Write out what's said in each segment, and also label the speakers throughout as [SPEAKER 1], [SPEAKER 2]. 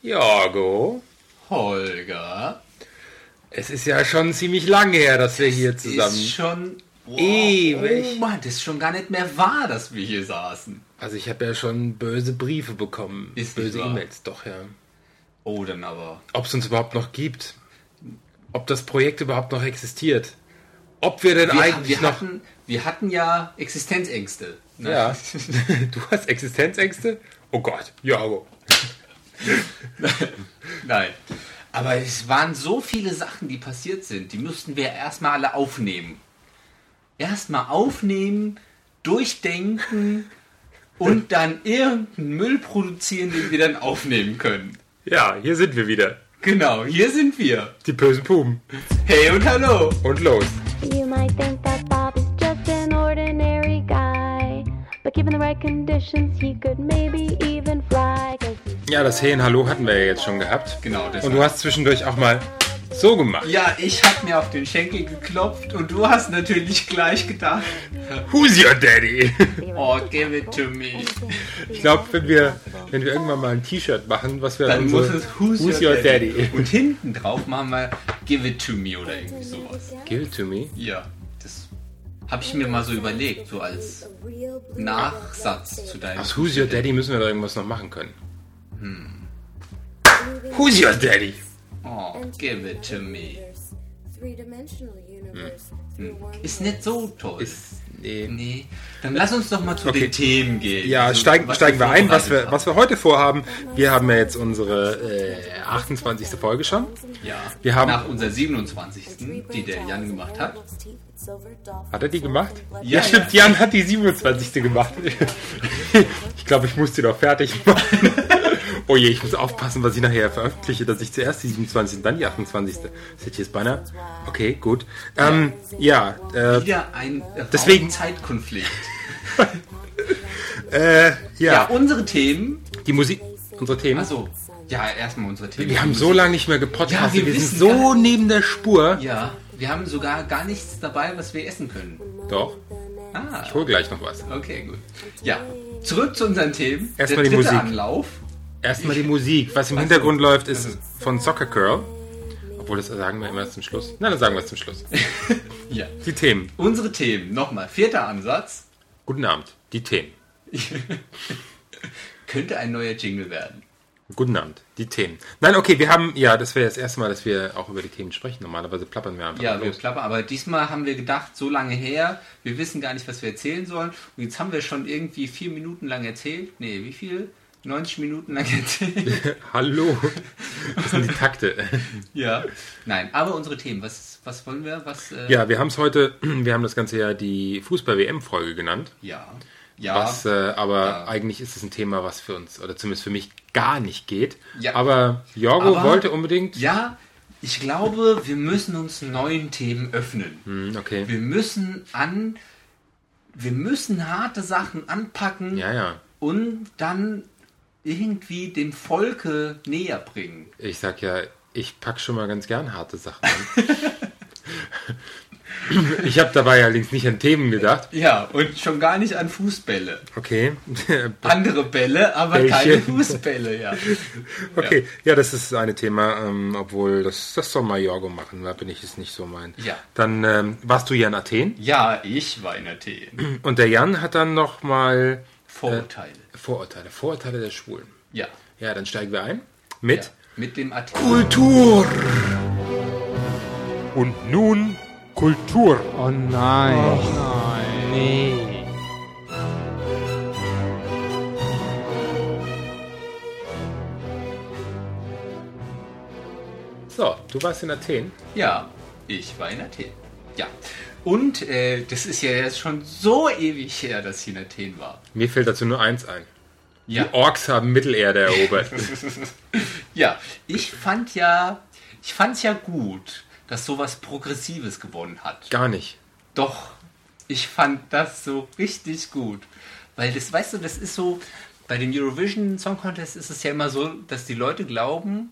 [SPEAKER 1] Jorgo,
[SPEAKER 2] Holger.
[SPEAKER 1] es ist ja schon ziemlich lange her, dass wir hier
[SPEAKER 2] Ist
[SPEAKER 1] zusammen.
[SPEAKER 2] schon wow,
[SPEAKER 1] Ewig.
[SPEAKER 2] Oh Mann, das ist schon gar nicht mehr wahr, dass wir hier saßen.
[SPEAKER 1] Also ich habe ja schon böse Briefe bekommen.
[SPEAKER 2] Ist
[SPEAKER 1] böse
[SPEAKER 2] nicht wahr.
[SPEAKER 1] E-Mails, doch ja.
[SPEAKER 2] Oh, dann aber.
[SPEAKER 1] Ob es uns überhaupt noch gibt. Ob das Projekt überhaupt noch existiert. Ob wir denn
[SPEAKER 2] Wir,
[SPEAKER 1] eigentlich
[SPEAKER 2] wir,
[SPEAKER 1] noch.
[SPEAKER 2] hatten, wir hatten ja Existenzängste. ne?
[SPEAKER 1] Ja. du hast Existenzängste? Oh Gott, Jorgo.
[SPEAKER 2] Nein. Aber es waren so viele Sachen, die passiert sind. Die müssten wir erstmal alle aufnehmen. Erstmal aufnehmen, durchdenken und dann irgendeinen Müll produzieren, den wir dann aufnehmen können.
[SPEAKER 1] Ja, hier sind wir wieder.
[SPEAKER 2] Genau, hier sind wir.
[SPEAKER 1] Die bösen Puben.
[SPEAKER 2] Hey und hallo.
[SPEAKER 1] Und los.
[SPEAKER 3] You might think that Bob is just an ordinary guy, but given the right conditions, he could maybe even fly. 'Cause he's
[SPEAKER 1] Ja, das Hey und Hallo hatten wir ja jetzt schon gehabt.
[SPEAKER 2] Genau, das
[SPEAKER 1] Und du hast zwischendurch auch mal so gemacht.
[SPEAKER 2] Ja, ich hab mir auf den Schenkel geklopft und du hast natürlich gleich gedacht,
[SPEAKER 1] Who's your daddy?
[SPEAKER 2] oh, give it to me.
[SPEAKER 1] Ich glaube, wenn wir, wenn wir irgendwann mal ein T-Shirt machen, was wir
[SPEAKER 2] Dann muss
[SPEAKER 1] unsere-
[SPEAKER 2] es Who's,
[SPEAKER 1] Also, your, daddy?
[SPEAKER 2] Und hinten drauf machen wir Give it to me oder irgendwie sowas.
[SPEAKER 1] Give it to me.
[SPEAKER 2] Ja, das habe ich mir mal so überlegt, so als Nachsatz zu deinem.
[SPEAKER 1] Aus Who's your daddy müssen wir da irgendwas noch machen können. Who's your daddy?
[SPEAKER 2] Oh, give it to me.
[SPEAKER 4] Three-dimensional universe.
[SPEAKER 2] Ist nicht so toll.
[SPEAKER 1] Nee.
[SPEAKER 2] nee. Dann lass uns doch mal zu den Themen gehen.
[SPEAKER 1] Ja,
[SPEAKER 2] So,
[SPEAKER 1] steigen,
[SPEAKER 2] was
[SPEAKER 1] steigen wir ein, was wir,
[SPEAKER 2] vorbereitet
[SPEAKER 1] was wir heute vorhaben. Wir haben ja jetzt unsere äh, 28. Folge schon.
[SPEAKER 2] haben. Ja,
[SPEAKER 1] wir haben-
[SPEAKER 2] nach unserer 27. Hm, die der Jan gemacht hat.
[SPEAKER 1] Hat er die gemacht?
[SPEAKER 2] Ja,
[SPEAKER 1] ja stimmt, Jan hat die 27. gemacht. Ich glaube, ich muss die doch fertig machen. Oh je, ich muss aufpassen, was ich nachher veröffentliche, dass ich zuerst die 27. und dann die 28. Das hätte ich jetzt beinahe. Okay, gut. Ähm, ja, äh,
[SPEAKER 2] Wieder ein
[SPEAKER 1] Deswegen-
[SPEAKER 2] Zeitkonflikt.
[SPEAKER 1] äh,
[SPEAKER 2] Ja,
[SPEAKER 1] ja,
[SPEAKER 2] unsere Themen.
[SPEAKER 1] die Musik, unsere Themen.
[SPEAKER 2] Also, ja, erstmal unsere Themen.
[SPEAKER 1] wir haben so lange nicht mehr gepodcastet,
[SPEAKER 2] Ja, wir
[SPEAKER 1] wir,
[SPEAKER 2] wissen
[SPEAKER 1] sind so
[SPEAKER 2] gar-
[SPEAKER 1] neben der Spur.
[SPEAKER 2] Ja, wir haben sogar gar nichts dabei, was wir essen können.
[SPEAKER 1] Doch,
[SPEAKER 2] Ah,
[SPEAKER 1] ich hol gleich noch was.
[SPEAKER 2] okay, gut. Ja, zurück zu unseren Themen.
[SPEAKER 1] Erstmal
[SPEAKER 2] der
[SPEAKER 1] die
[SPEAKER 2] dritte
[SPEAKER 1] Musik.
[SPEAKER 2] Anlauf.
[SPEAKER 1] Erstmal die Musik. Was im Hintergrund läuft, ist von Soccer Girl. Obwohl, das sagen wir immer zum Schluss. Nein, das sagen wir zum Schluss.
[SPEAKER 2] Ja.
[SPEAKER 1] Die Themen.
[SPEAKER 2] Unsere Themen. Nochmal, vierter Ansatz.
[SPEAKER 1] Guten Abend. Die Themen.
[SPEAKER 2] Könnte ein neuer Jingle werden.
[SPEAKER 1] Guten Abend. Die Themen. Nein, okay, wir haben, ja, das wäre das erste Mal, dass wir auch über die Themen sprechen. Normalerweise plappern wir einfach.
[SPEAKER 2] Ja, wir
[SPEAKER 1] los.
[SPEAKER 2] klappern. Aber diesmal haben wir gedacht, so lange her, wir wissen gar nicht, was wir erzählen sollen. Und jetzt haben wir schon irgendwie vier Minuten lang erzählt. Nee, wie viel? 90 Minuten lang erzählt.
[SPEAKER 1] Hallo. Das sind die Takte.
[SPEAKER 2] ja. Nein, aber unsere Themen. Was, was wollen wir? Was, äh,
[SPEAKER 1] Ja, wir haben es heute, wir haben das Ganze ja die Fußball-WM-Folge genannt.
[SPEAKER 2] Ja. Ja.
[SPEAKER 1] Was, äh, aber
[SPEAKER 2] Ja.
[SPEAKER 1] eigentlich ist es ein Thema, was für uns, oder zumindest für mich, gar nicht geht.
[SPEAKER 2] Ja.
[SPEAKER 1] Aber Jorgo
[SPEAKER 2] Aber-
[SPEAKER 1] wollte unbedingt.
[SPEAKER 2] ja, ich glaube, wir müssen uns neuen Themen öffnen.
[SPEAKER 1] Hm, Okay.
[SPEAKER 2] Wir müssen an. Wir müssen harte Sachen anpacken
[SPEAKER 1] Ja, ja.
[SPEAKER 2] und dann irgendwie dem Volke näher bringen.
[SPEAKER 1] Ich sag ja, ich pack schon mal ganz gern harte Sachen an. ich habe dabei allerdings nicht an Themen gedacht.
[SPEAKER 2] Ja, und schon gar nicht an Fußbälle.
[SPEAKER 1] Okay.
[SPEAKER 2] Andere Bälle, aber
[SPEAKER 1] Welche?
[SPEAKER 2] keine Fußbälle, ja.
[SPEAKER 1] okay. Ja, das ist eine Thema, ähm, obwohl das, das soll mal Jorgo machen, da bin ich es nicht so mein.
[SPEAKER 2] Ja.
[SPEAKER 1] Dann ähm, warst du ja in Athen
[SPEAKER 2] Ja, ich war in Athen.
[SPEAKER 1] und der Jan hat dann nochmal
[SPEAKER 2] Vorurteile.
[SPEAKER 1] Vorurteile, Vorurteile der Schwulen.
[SPEAKER 2] Ja.
[SPEAKER 1] Ja, dann steigen wir ein mit
[SPEAKER 2] ja. Mit dem Athen.
[SPEAKER 1] Kultur. Und nun Kultur.
[SPEAKER 5] Oh nein.
[SPEAKER 1] Oh.
[SPEAKER 2] Oh
[SPEAKER 1] So, du warst in Athen.
[SPEAKER 2] Ja, ich war in Athen. Ja. Und äh, das ist ja jetzt schon so ewig her, dass ich in Athen war.
[SPEAKER 1] Mir fällt dazu nur eins ein.
[SPEAKER 2] Ja.
[SPEAKER 1] Die Orks haben Mittelerde erobert.
[SPEAKER 2] Ja, ich fand ja, ich fand's ja gut, dass sowas Progressives gewonnen hat.
[SPEAKER 1] Gar nicht.
[SPEAKER 2] Doch, ich fand das so richtig gut. Weil das, weißt du, das ist so, bei dem Eurovision Song Contest ist es ja immer so, dass die Leute glauben,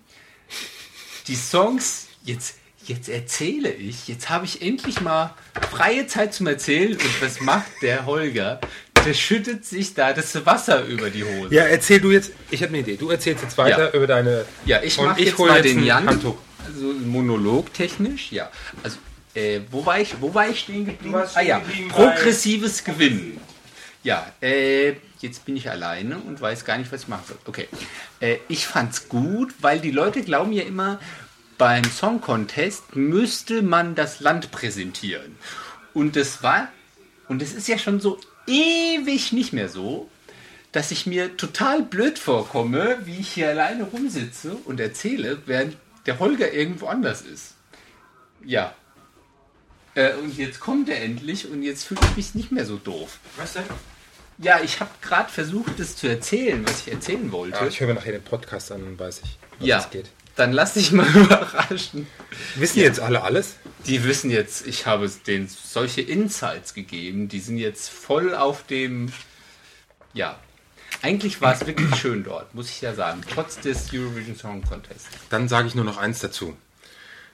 [SPEAKER 2] die Songs, jetzt, jetzt erzähle ich, jetzt habe ich endlich mal freie Zeit zum Erzählen und was macht der Holger? Der schüttet sich da das Wasser über die Hose.
[SPEAKER 1] Ja, erzähl du jetzt. Ich habe eine Idee. Du erzählst jetzt weiter über deine.
[SPEAKER 2] Ja, ich
[SPEAKER 1] Und
[SPEAKER 2] mache
[SPEAKER 1] ich
[SPEAKER 2] jetzt
[SPEAKER 1] hol
[SPEAKER 2] mal
[SPEAKER 1] jetzt
[SPEAKER 2] den
[SPEAKER 1] ein
[SPEAKER 2] Jan.
[SPEAKER 1] Handtuch.
[SPEAKER 2] Also Monolog technisch, ja. Also äh, wo war ich, wo war ich stehen geblieben?
[SPEAKER 1] warst
[SPEAKER 2] Ah
[SPEAKER 1] stehen
[SPEAKER 2] ja,
[SPEAKER 1] geblieben bei-
[SPEAKER 2] progressives Gewinnen. Ja, äh, jetzt bin ich alleine und weiß gar nicht, was ich machen soll. Okay, äh, ich fand's gut, weil die Leute glauben ja immer, beim Song Contest müsste man das Land präsentieren. Und das war, und es ist ja schon so ewig nicht mehr so, dass ich mir total blöd vorkomme, wie ich hier alleine rumsitze und erzähle, während der Holger irgendwo anders ist. Ja. Äh, und jetzt kommt er endlich und jetzt fühle ich mich nicht mehr so doof.
[SPEAKER 1] Was denn?
[SPEAKER 2] Ja, ich habe gerade versucht, das zu erzählen, was ich erzählen wollte.
[SPEAKER 1] Ja, Ah, ich höre mir nachher den Podcast an und weiß ich, was
[SPEAKER 2] ja,
[SPEAKER 1] es geht.
[SPEAKER 2] dann lass dich mal überraschen.
[SPEAKER 1] Wissen jetzt alle alles?
[SPEAKER 2] Die wissen jetzt, ich habe denen solche Insights gegeben, die sind jetzt voll auf dem. Ja. Eigentlich war es wirklich schön dort, muss ich ja sagen, trotz des Eurovision Song Contest.
[SPEAKER 1] Dann sage ich nur noch eins dazu.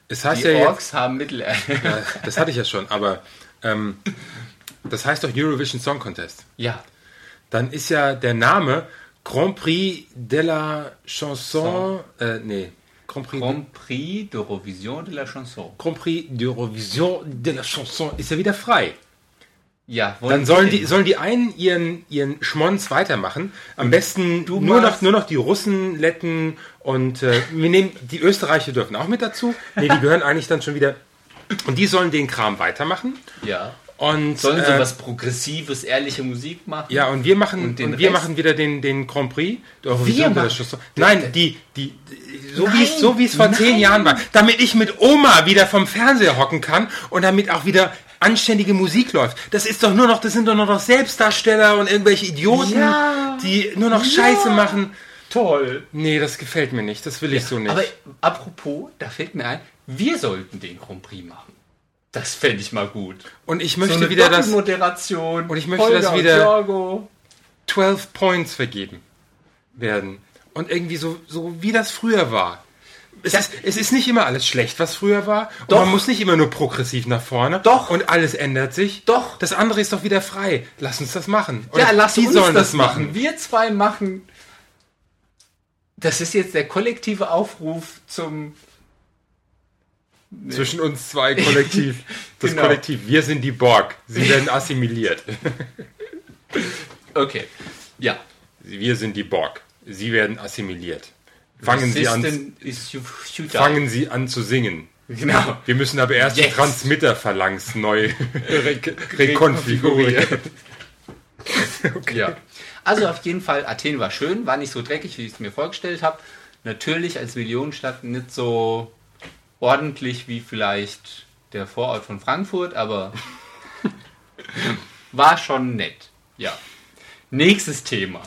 [SPEAKER 1] Es heißt
[SPEAKER 2] Die
[SPEAKER 1] ja jetzt,
[SPEAKER 2] Orks haben Mittelalter.
[SPEAKER 1] Ja, das hatte ich ja schon, aber ähm, das heißt doch Eurovision Song Contest.
[SPEAKER 2] Ja.
[SPEAKER 1] Dann ist ja der Name Grand Prix de la Chanson. Äh, nee, Grand Prix, Grand,
[SPEAKER 2] Grand Prix d'Eurovision de la Chanson.
[SPEAKER 1] Prix d'Eurovision de la Chanson ist ja wieder frei.
[SPEAKER 2] Ja, wollen
[SPEAKER 1] Dann sollen
[SPEAKER 2] wir-
[SPEAKER 1] die, sollen die einen ihren, ihren Schmonz weitermachen. Am besten nur
[SPEAKER 2] Mhm. machst-
[SPEAKER 1] noch, nur noch die Russen, Letten und äh, wir nehmen die Österreicher dürfen auch mit dazu. Nee, die gehören eigentlich dann schon wieder. Und die sollen den Kram weitermachen.
[SPEAKER 2] Ja.
[SPEAKER 1] Und,
[SPEAKER 2] Sollen sie
[SPEAKER 1] äh,
[SPEAKER 2] was Progressives, ehrliche Musik machen?
[SPEAKER 1] Ja, und wir machen, und
[SPEAKER 2] den
[SPEAKER 1] wir
[SPEAKER 2] Rest-
[SPEAKER 1] machen wieder den, den Grand Prix. Der
[SPEAKER 2] Wir
[SPEAKER 1] Eurovision
[SPEAKER 2] machen-
[SPEAKER 1] der Chanson. Nein, die, die, die so wie es so wie es vor zehn Jahren war, damit ich mit Oma wieder vom Fernseher hocken kann und damit auch wieder anständige Musik läuft. Das ist doch nur noch, das sind doch nur noch Selbstdarsteller und irgendwelche Idioten,
[SPEAKER 2] Ja.
[SPEAKER 1] die nur noch Scheiße machen.
[SPEAKER 2] Toll.
[SPEAKER 1] Nee, das gefällt mir nicht. Das will ich so nicht.
[SPEAKER 2] Aber apropos, da fällt mir ein, wir sollten den Grand Prix machen. Das fände ich mal gut.
[SPEAKER 1] und ich möchte wieder das
[SPEAKER 2] Moderation.
[SPEAKER 1] Und ich möchte, dass
[SPEAKER 2] und
[SPEAKER 1] wieder-
[SPEAKER 2] Diogo.
[SPEAKER 1] 12 Points vergeben werden. Und irgendwie so, so wie das früher war. Es, ist, es ist nicht immer alles schlecht, was früher war.
[SPEAKER 2] Doch.
[SPEAKER 1] Und man muss nicht immer nur progressiv nach vorne.
[SPEAKER 2] Doch.
[SPEAKER 1] Und alles ändert sich.
[SPEAKER 2] Doch.
[SPEAKER 1] Das andere ist doch wieder frei. Lass uns das machen.
[SPEAKER 2] Ja,
[SPEAKER 1] Oder
[SPEAKER 2] lass
[SPEAKER 1] die
[SPEAKER 2] uns
[SPEAKER 1] sollen
[SPEAKER 2] das
[SPEAKER 1] das machen.
[SPEAKER 2] Wir zwei machen. Das ist jetzt der kollektive Aufruf zum
[SPEAKER 1] Zwischen uns zwei kollektiv. Das
[SPEAKER 2] Genau.
[SPEAKER 1] Kollektiv. Wir sind die Borg. Sie werden assimiliert.
[SPEAKER 2] Okay. Ja.
[SPEAKER 1] Wir sind die Borg. Sie werden assimiliert. Fangen Sie, an,
[SPEAKER 2] System is shooter.
[SPEAKER 1] fangen Sie an zu singen.
[SPEAKER 2] Genau.
[SPEAKER 1] Wir müssen aber erst die
[SPEAKER 2] Jetzt.
[SPEAKER 1] Transmitter-Phalanx neu re rekonfigurieren.
[SPEAKER 2] Ja. Also auf jeden Fall, Athen war schön, war nicht so dreckig, wie ich es mir vorgestellt habe. Natürlich als Millionenstadt nicht so ordentlich wie vielleicht der Vorort von Frankfurt, aber war schon nett. Ja. Nächstes Thema.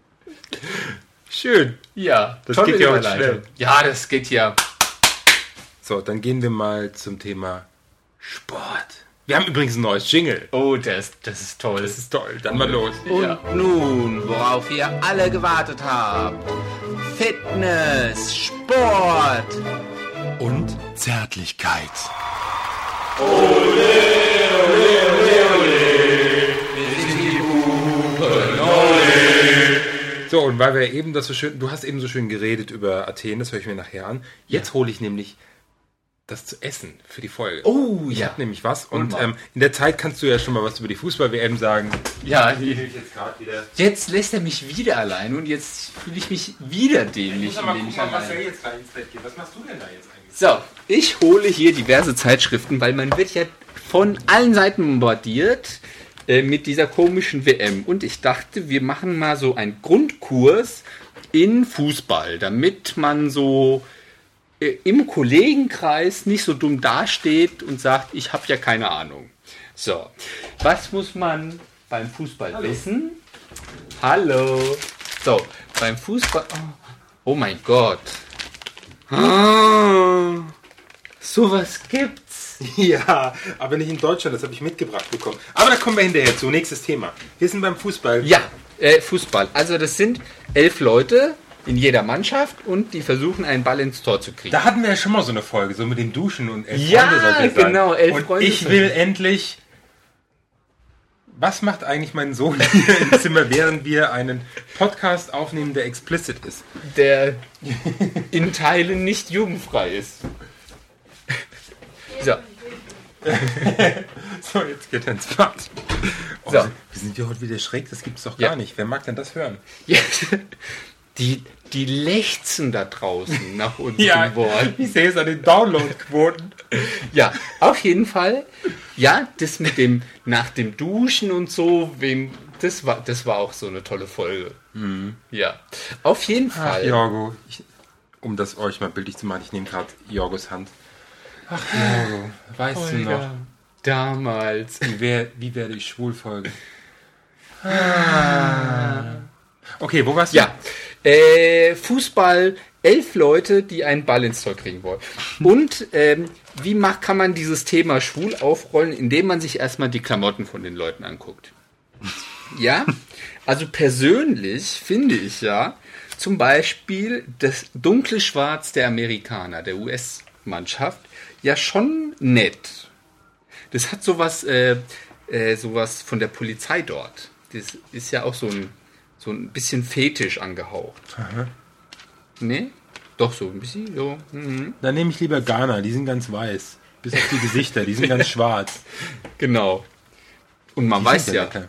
[SPEAKER 1] Schön.
[SPEAKER 2] Ja,
[SPEAKER 1] Das geht ja heute schnell.
[SPEAKER 2] Ja, das geht ja.
[SPEAKER 1] So, dann gehen wir mal zum Thema Sport. Wir haben übrigens ein neues Jingle.
[SPEAKER 2] Oh, das, das ist toll.
[SPEAKER 1] Das ist toll. Dann mal los.
[SPEAKER 2] Und nun, worauf ihr alle gewartet habt. Fitness, Sport,
[SPEAKER 6] und Zärtlichkeit.
[SPEAKER 1] So, und weil wir eben das so schön, du hast eben so schön geredet über Athen, das höre ich mir nachher an. Jetzt hole ich nämlich das zu essen für die Folge.
[SPEAKER 2] Oh,
[SPEAKER 1] ich
[SPEAKER 2] ja.
[SPEAKER 1] habe nämlich was. Und
[SPEAKER 2] Wunderbar.
[SPEAKER 1] ähm, in der Zeit kannst du ja schon mal was über die Fußball-WM sagen.
[SPEAKER 2] Ja, jetzt lässt er mich wieder allein und jetzt fühle ich mich wieder dämlich. indem ich allein-
[SPEAKER 1] jetzt gleich ins Bett geht. Was machst du denn da jetzt eigentlich?
[SPEAKER 2] So, ich hole hier diverse Zeitschriften, weil man wird ja von allen Seiten bombardiert äh, mit dieser komischen WM. Und ich dachte, wir machen mal so einen Grundkurs in Fußball, damit man so äh, im Kollegenkreis nicht so dumm dasteht und sagt, ich habe ja keine Ahnung. So, was muss man beim Fußball wissen? Hallo. So, beim Fußball. Oh, oh mein Gott. Ah, sowas gibt's.
[SPEAKER 1] Ja, aber nicht in Deutschland, das habe ich mitgebracht bekommen. Aber da kommen wir hinterher zu. Nächstes Thema. Wir sind beim Fußball.
[SPEAKER 2] Ja, äh, Fußball. Also das sind elf Leute in jeder Mannschaft und die versuchen einen Ball ins Tor zu kriegen.
[SPEAKER 1] Da hatten wir ja schon mal so eine Folge, so mit dem Duschen und elf
[SPEAKER 2] Ja,
[SPEAKER 1] Freunde sollte es sein.
[SPEAKER 2] genau, elf
[SPEAKER 1] und
[SPEAKER 2] Freunde
[SPEAKER 1] Ich
[SPEAKER 2] sind-
[SPEAKER 1] will endlich Was macht eigentlich mein Sohn hier im Zimmer, während wir einen Podcast aufnehmen, der explicit ist?
[SPEAKER 2] der in Teilen nicht jugendfrei ist. So,
[SPEAKER 1] So, jetzt geht er ins Bad. Oh,
[SPEAKER 2] So.
[SPEAKER 1] so. Wie sind wir heute wieder schräg? Das gibt's doch gar
[SPEAKER 2] Ja.
[SPEAKER 1] nicht. Wer mag denn das hören?
[SPEAKER 2] jetzt, die, die lechzen da draußen nach unseren Worten.
[SPEAKER 1] ich sehe es an den Downloadquoten.
[SPEAKER 2] Ja, auf jeden Fall. Ja, das mit dem nach dem Duschen und so, wem das war, das war auch so eine tolle Folge. Ja, auf jeden Fall.
[SPEAKER 1] Jorgo, ich, um das euch mal bildlich zu machen, ich nehme gerade Jorgos Hand. Ach, Jorgo, weißt du
[SPEAKER 2] Olga,
[SPEAKER 1] noch,
[SPEAKER 2] Damals.
[SPEAKER 1] wie, wär, wie werde ich Schwulfolge? Okay, wo warst du?
[SPEAKER 2] Ja, äh, Fußball, elf Leute, die einen Ball ins Tor kriegen wollen. Und ähm, wie macht, kann man dieses Thema schwul aufrollen, indem man sich erstmal die Klamotten von den Leuten anguckt? Ja, also persönlich finde ich ja zum Beispiel das dunkle Schwarz der Amerikaner, der US-Mannschaft, ja schon nett. Das hat sowas, äh, äh, sowas von der Polizei dort. Das ist ja auch so ein, so ein bisschen fetisch angehaucht. Nee? Doch, so ein bisschen, so. Mhm.
[SPEAKER 1] Dann nehme ich lieber Ghana, die sind ganz weiß. Bis auf die Gesichter, die sind ganz schwarz.
[SPEAKER 2] Genau. Und man
[SPEAKER 1] Die
[SPEAKER 2] weiß
[SPEAKER 1] sind
[SPEAKER 2] ja.
[SPEAKER 1] lecker.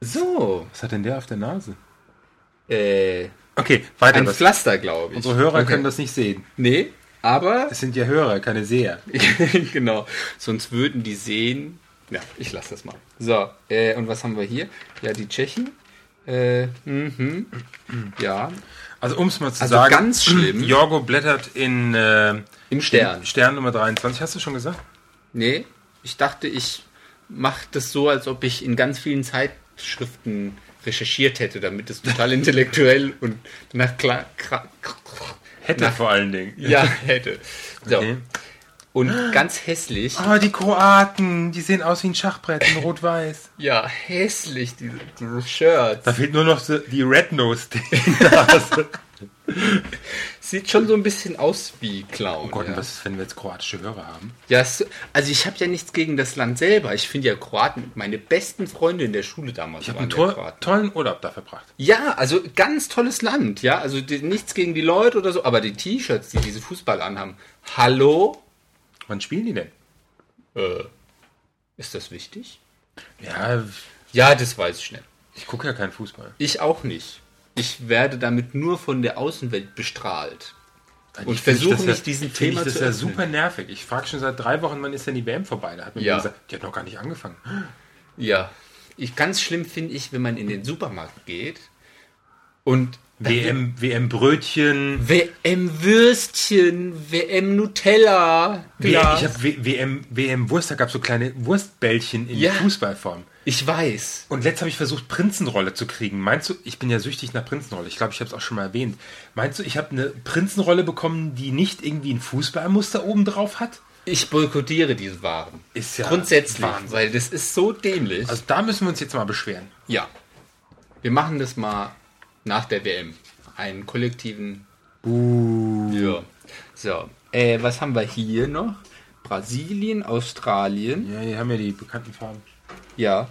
[SPEAKER 2] So,
[SPEAKER 1] Was hat denn der auf der Nase?
[SPEAKER 2] äh,
[SPEAKER 1] Okay, weiter.
[SPEAKER 2] ein
[SPEAKER 1] Was.
[SPEAKER 2] Pflaster, glaube ich.
[SPEAKER 1] Unsere Hörer
[SPEAKER 2] Okay.
[SPEAKER 1] können das nicht sehen.
[SPEAKER 2] Nee, aber.
[SPEAKER 1] Es sind ja Hörer, keine Seher.
[SPEAKER 2] genau. Sonst würden die sehen. Ja, ich lasse das mal. So, äh, und was haben wir hier? Ja, die Tschechen. Äh, mhm. Ja,
[SPEAKER 1] Also um es mal zu
[SPEAKER 2] Also
[SPEAKER 1] sagen,
[SPEAKER 2] ganz schlimm.
[SPEAKER 1] Jorgo blättert in äh,
[SPEAKER 2] im Stern.
[SPEAKER 1] Stern Nummer 23. Hast du schon gesagt?
[SPEAKER 2] Nee, ich dachte, ich mache das so, als ob ich in ganz vielen Zeitschriften recherchiert hätte, damit es total intellektuell und nach klar. kra-
[SPEAKER 1] Hätte vor allen Dingen.
[SPEAKER 2] Ja, hätte. So.
[SPEAKER 1] Okay.
[SPEAKER 2] Und ganz hässlich.
[SPEAKER 1] Oh, die Kroaten, die sehen aus wie ein Schachbrett in rot-weiß.
[SPEAKER 2] Ja, hässlich, diese, diese Shirts.
[SPEAKER 1] Da fehlt nur noch so die Red Nose. Oh
[SPEAKER 2] Sieht schon so ein bisschen aus wie Clown.
[SPEAKER 1] Oh Gott,
[SPEAKER 2] ja.
[SPEAKER 1] und was ist, wenn wir jetzt kroatische Hörer haben?
[SPEAKER 2] Ja, es- also ich habe ja nichts gegen das Land selber. Ich finde ja Kroaten, meine besten Freunde in der Schule damals
[SPEAKER 1] Ich habe einen
[SPEAKER 2] ja
[SPEAKER 1] to tollen Urlaub da verbracht.
[SPEAKER 2] Ja, also ganz tolles Land, ja. Also die, nichts gegen die Leute oder so, aber die T-Shirts, die diese Fußball anhaben. Hallo?
[SPEAKER 1] Wann spielen die denn?
[SPEAKER 2] Äh, ist das wichtig?
[SPEAKER 1] Ja,
[SPEAKER 2] Ja, das weiß ich nicht.
[SPEAKER 1] ich gucke ja keinen Fußball.
[SPEAKER 2] Ich auch nicht. Ich werde damit nur von der Außenwelt bestrahlt. Und
[SPEAKER 1] Ich find
[SPEAKER 2] versuche
[SPEAKER 1] das
[SPEAKER 2] mich diesem
[SPEAKER 1] find
[SPEAKER 2] Thema
[SPEAKER 1] ich das
[SPEAKER 2] zu
[SPEAKER 1] ja
[SPEAKER 2] öffnen.
[SPEAKER 1] super nervig. Ich frage schon seit drei Wochen, wann ist denn die WM vorbei? Da hat mir
[SPEAKER 2] Ja.
[SPEAKER 1] gesagt, die hat noch gar nicht angefangen.
[SPEAKER 2] Ja. Ich, ganz schlimm finde ich, wenn man in den Supermarkt geht und
[SPEAKER 1] WM, WM Brötchen.
[SPEAKER 2] WM Würstchen, WM Nutella.
[SPEAKER 1] W-
[SPEAKER 2] Glas.
[SPEAKER 1] Ich habe WM, WM Wurst, da gab es so kleine Wurstbällchen in
[SPEAKER 2] Ja.
[SPEAKER 1] Fußballform.
[SPEAKER 2] ich weiß.
[SPEAKER 1] Und letzt habe ich versucht, Prinzenrolle zu kriegen. Meinst du, ich bin ja süchtig nach Prinzenrolle. Ich glaube, ich habe es auch schon mal erwähnt. Meinst du, ich habe eine Prinzenrolle bekommen, die nicht irgendwie ein Fußballmuster oben drauf hat?
[SPEAKER 2] Ich boykottiere diese Waren.
[SPEAKER 1] Ist ja
[SPEAKER 2] Grundsätzlich,
[SPEAKER 1] Wahnsinn.
[SPEAKER 2] weil das ist so dämlich.
[SPEAKER 1] Also da müssen wir uns jetzt mal beschweren.
[SPEAKER 2] ja. Wir machen das mal nach der WM. Einen kollektiven.
[SPEAKER 1] Uh.
[SPEAKER 2] Ja. So. Äh, was haben wir hier noch? Brasilien, Australien.
[SPEAKER 1] Ja, hier haben wir die bekannten Farben.
[SPEAKER 2] Ja.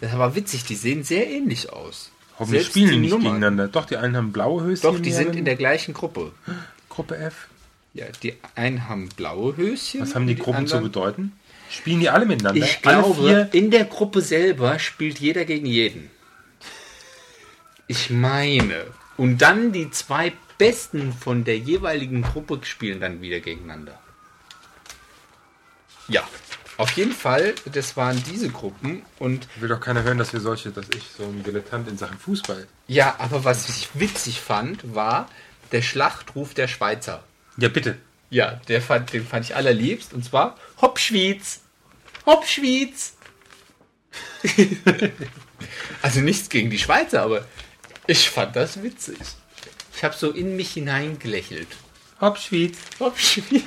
[SPEAKER 2] Das war witzig, die sehen sehr ähnlich aus.
[SPEAKER 1] Hoffentlich
[SPEAKER 2] Selbst
[SPEAKER 1] spielen
[SPEAKER 2] die
[SPEAKER 1] die nicht
[SPEAKER 2] Nummern.
[SPEAKER 1] gegeneinander. Doch, die einen haben blaue Höschen.
[SPEAKER 2] Doch, die sind in der gleichen Gruppe.
[SPEAKER 1] Gruppe F.
[SPEAKER 2] Ja, die einen haben blaue Höschen.
[SPEAKER 1] Was haben die,
[SPEAKER 2] und
[SPEAKER 1] Gruppen zu
[SPEAKER 2] Hm, anderen-
[SPEAKER 1] bedeuten? Spielen die alle miteinander?
[SPEAKER 2] Ich
[SPEAKER 1] Ne? alle
[SPEAKER 2] glaube, in der Gruppe selber spielt jeder gegen jeden. Ich meine. Und dann die zwei Besten von der jeweiligen Gruppe spielen dann wieder gegeneinander. Ja, auf jeden Fall, das waren diese Gruppen. Und
[SPEAKER 1] Will doch keiner hören, dass wir solche, dass ich so ein Dilettant in Sachen Fußball.
[SPEAKER 2] ja, aber was ich witzig fand, war der Schlachtruf der Schweizer.
[SPEAKER 1] Ja, bitte.
[SPEAKER 2] Ja, der fand, den fand ich allerliebst. Und zwar Hoppschwiez. Hoppschwiez. also nichts gegen die Schweizer, aber ich fand das witzig. Ich habe so in mich hineingelächelt.
[SPEAKER 1] Hopp, Schwyz.
[SPEAKER 2] Hoppschwiez.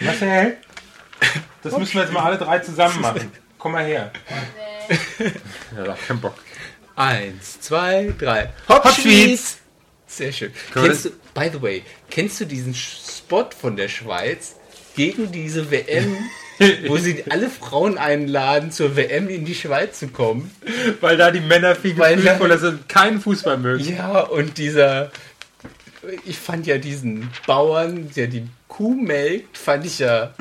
[SPEAKER 1] Marcel, das müssen wir jetzt mal alle drei zusammen machen. Komm mal her. Ja, da keinen Bock.
[SPEAKER 2] Eins, zwei, drei.
[SPEAKER 1] Hoppschwiez.
[SPEAKER 2] Hoppschwiez. Sehr schön.
[SPEAKER 1] Können wir
[SPEAKER 2] Kennst du,
[SPEAKER 1] das-
[SPEAKER 2] by the way, kennst du diesen Sch- Spot von der Schweiz gegen diese WM? wo sie alle Frauen einladen, zur WM in die Schweiz zu kommen.
[SPEAKER 1] Weil da die Männer viel
[SPEAKER 2] Weil da-
[SPEAKER 1] gefühlvoller sind, keinen Fußball mögen.
[SPEAKER 2] Ja, und dieser. Ich fand ja diesen Bauern, der die Kuh melkt, fand ich ja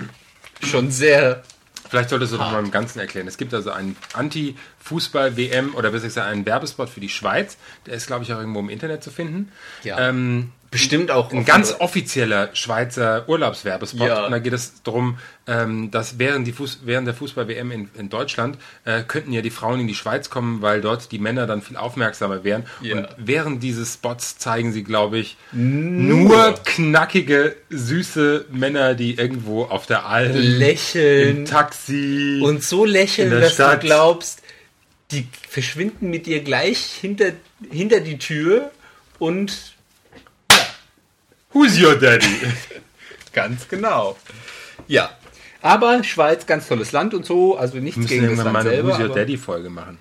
[SPEAKER 2] schon sehr.
[SPEAKER 1] Vielleicht solltest du noch mal im Ganzen erklären. Es gibt also einen Anti-Fußball-WM oder besser gesagt einen Werbespot für die Schweiz. Der ist, glaube ich, auch irgendwo im Internet zu finden.
[SPEAKER 2] Ja.
[SPEAKER 1] Ähm,
[SPEAKER 2] bestimmt auch
[SPEAKER 1] ein ganz offizieller Schweizer Urlaubswerbespot.
[SPEAKER 2] Also- Ja.
[SPEAKER 1] Und da geht es darum, ähm, dass während, die Fuß während der Fußball-WM in, in Deutschland äh, könnten ja die Frauen in die Schweiz kommen, weil dort die Männer dann viel aufmerksamer wären.
[SPEAKER 2] Ja.
[SPEAKER 1] Und während dieses Spots zeigen sie, glaube ich, nur knackige, süße Männer, die irgendwo auf der Alm, im
[SPEAKER 2] lächeln
[SPEAKER 1] Taxi
[SPEAKER 2] und so lächeln,
[SPEAKER 1] in der
[SPEAKER 2] dass
[SPEAKER 1] Stadt.
[SPEAKER 2] du glaubst, die verschwinden mit dir gleich hinter, hinter die Tür und
[SPEAKER 1] Who's your daddy?
[SPEAKER 2] ganz genau. Ja. Aber Schweiz, ganz tolles Land und so, also nichts
[SPEAKER 1] Müssen
[SPEAKER 2] gegen das
[SPEAKER 1] irgendwann
[SPEAKER 2] Land
[SPEAKER 1] mal eine
[SPEAKER 2] selber.
[SPEAKER 1] Who's your
[SPEAKER 2] aber-
[SPEAKER 1] daddy Folge machen.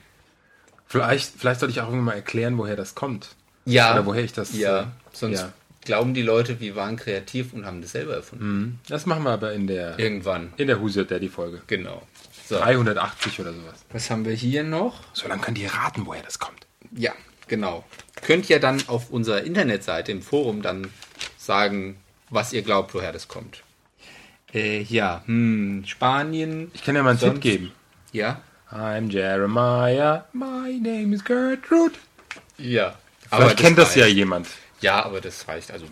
[SPEAKER 1] Vielleicht, vielleicht sollte ich auch irgendwann mal erklären, woher das kommt.
[SPEAKER 2] Ja.
[SPEAKER 1] Oder woher ich das. äh,
[SPEAKER 2] Ja, sonst
[SPEAKER 1] ja.
[SPEAKER 2] glauben die Leute, wir waren kreativ und haben das selber erfunden.
[SPEAKER 1] Das machen wir aber in der,
[SPEAKER 2] Irgendwann.
[SPEAKER 1] in der Who's Your Daddy Folge.
[SPEAKER 2] Genau. So.
[SPEAKER 1] 380 oder sowas.
[SPEAKER 2] Was haben wir hier noch?
[SPEAKER 1] So lange könnt ihr raten, woher das kommt.
[SPEAKER 2] Ja, genau. Könnt ihr dann auf unserer Internetseite im Forum dann sagen, was ihr glaubt, woher das kommt. Äh, ja, hm, Spanien.
[SPEAKER 1] Ich kann ja mal einen Tipp
[SPEAKER 2] Sonst-
[SPEAKER 1] geben.
[SPEAKER 2] Ja.
[SPEAKER 1] I'm Jeremiah. My name is Gertrude.
[SPEAKER 2] Ja.
[SPEAKER 1] Vielleicht kennt das ja
[SPEAKER 2] reicht.
[SPEAKER 1] jemand.
[SPEAKER 2] Ja, aber das reicht. Also,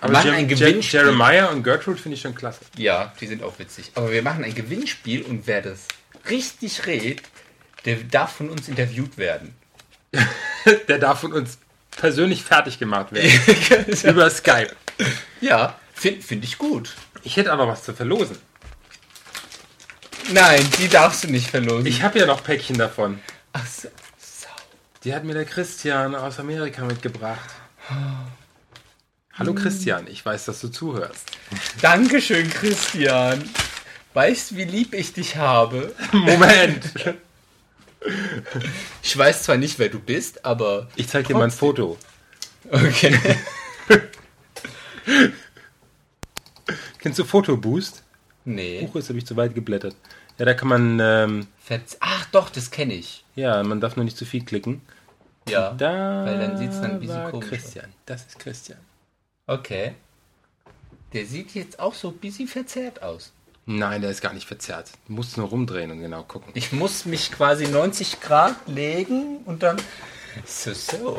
[SPEAKER 1] Aber
[SPEAKER 2] Mann,
[SPEAKER 1] Jer-
[SPEAKER 2] ein
[SPEAKER 1] Jer-
[SPEAKER 2] Gewinnspiel.
[SPEAKER 1] Jeremiah und Gertrude finde ich schon klasse.
[SPEAKER 2] ja, die sind auch witzig. Aber wir machen ein Gewinnspiel und wer das richtig rät, der darf von uns interviewt werden.
[SPEAKER 1] Der darf von uns persönlich fertig gemacht werden. Über Skype.
[SPEAKER 2] Ja, finde find ich gut.
[SPEAKER 1] Ich hätte aber was zu verlosen.
[SPEAKER 2] Nein, die darfst du nicht verlosen.
[SPEAKER 1] Ich habe ja noch Päckchen davon.
[SPEAKER 2] Ach so. Sau.
[SPEAKER 1] Die hat mir der Christian aus Amerika mitgebracht. Hallo Christian, ich weiß, dass du zuhörst.
[SPEAKER 2] Dankeschön, Christian. Weißt, wie lieb ich dich habe?
[SPEAKER 1] Moment!
[SPEAKER 2] Ich weiß zwar nicht, wer du bist, aber
[SPEAKER 1] Ich zeig dir mal ein Foto.
[SPEAKER 2] okay.
[SPEAKER 1] Kennst du Fotoboost?
[SPEAKER 2] nee.
[SPEAKER 1] Buch ist, habe ich zu weit geblättert. Ja, da kann man, ähm,
[SPEAKER 2] Verz- Ach doch, das kenne ich.
[SPEAKER 1] ja, man darf nur nicht zu viel klicken.
[SPEAKER 2] Ja.
[SPEAKER 1] Da
[SPEAKER 2] Weil dann sieht's dann ein bisschen
[SPEAKER 1] war
[SPEAKER 2] komisch aus.
[SPEAKER 1] Christian, das ist Christian.
[SPEAKER 2] Okay. Der sieht jetzt auch so ein bisschen verzerrt aus.
[SPEAKER 1] Nein, der ist gar nicht verzerrt. Du musst nur rumdrehen und genau gucken.
[SPEAKER 2] Ich muss mich quasi 90 Grad legen und dann. So, so.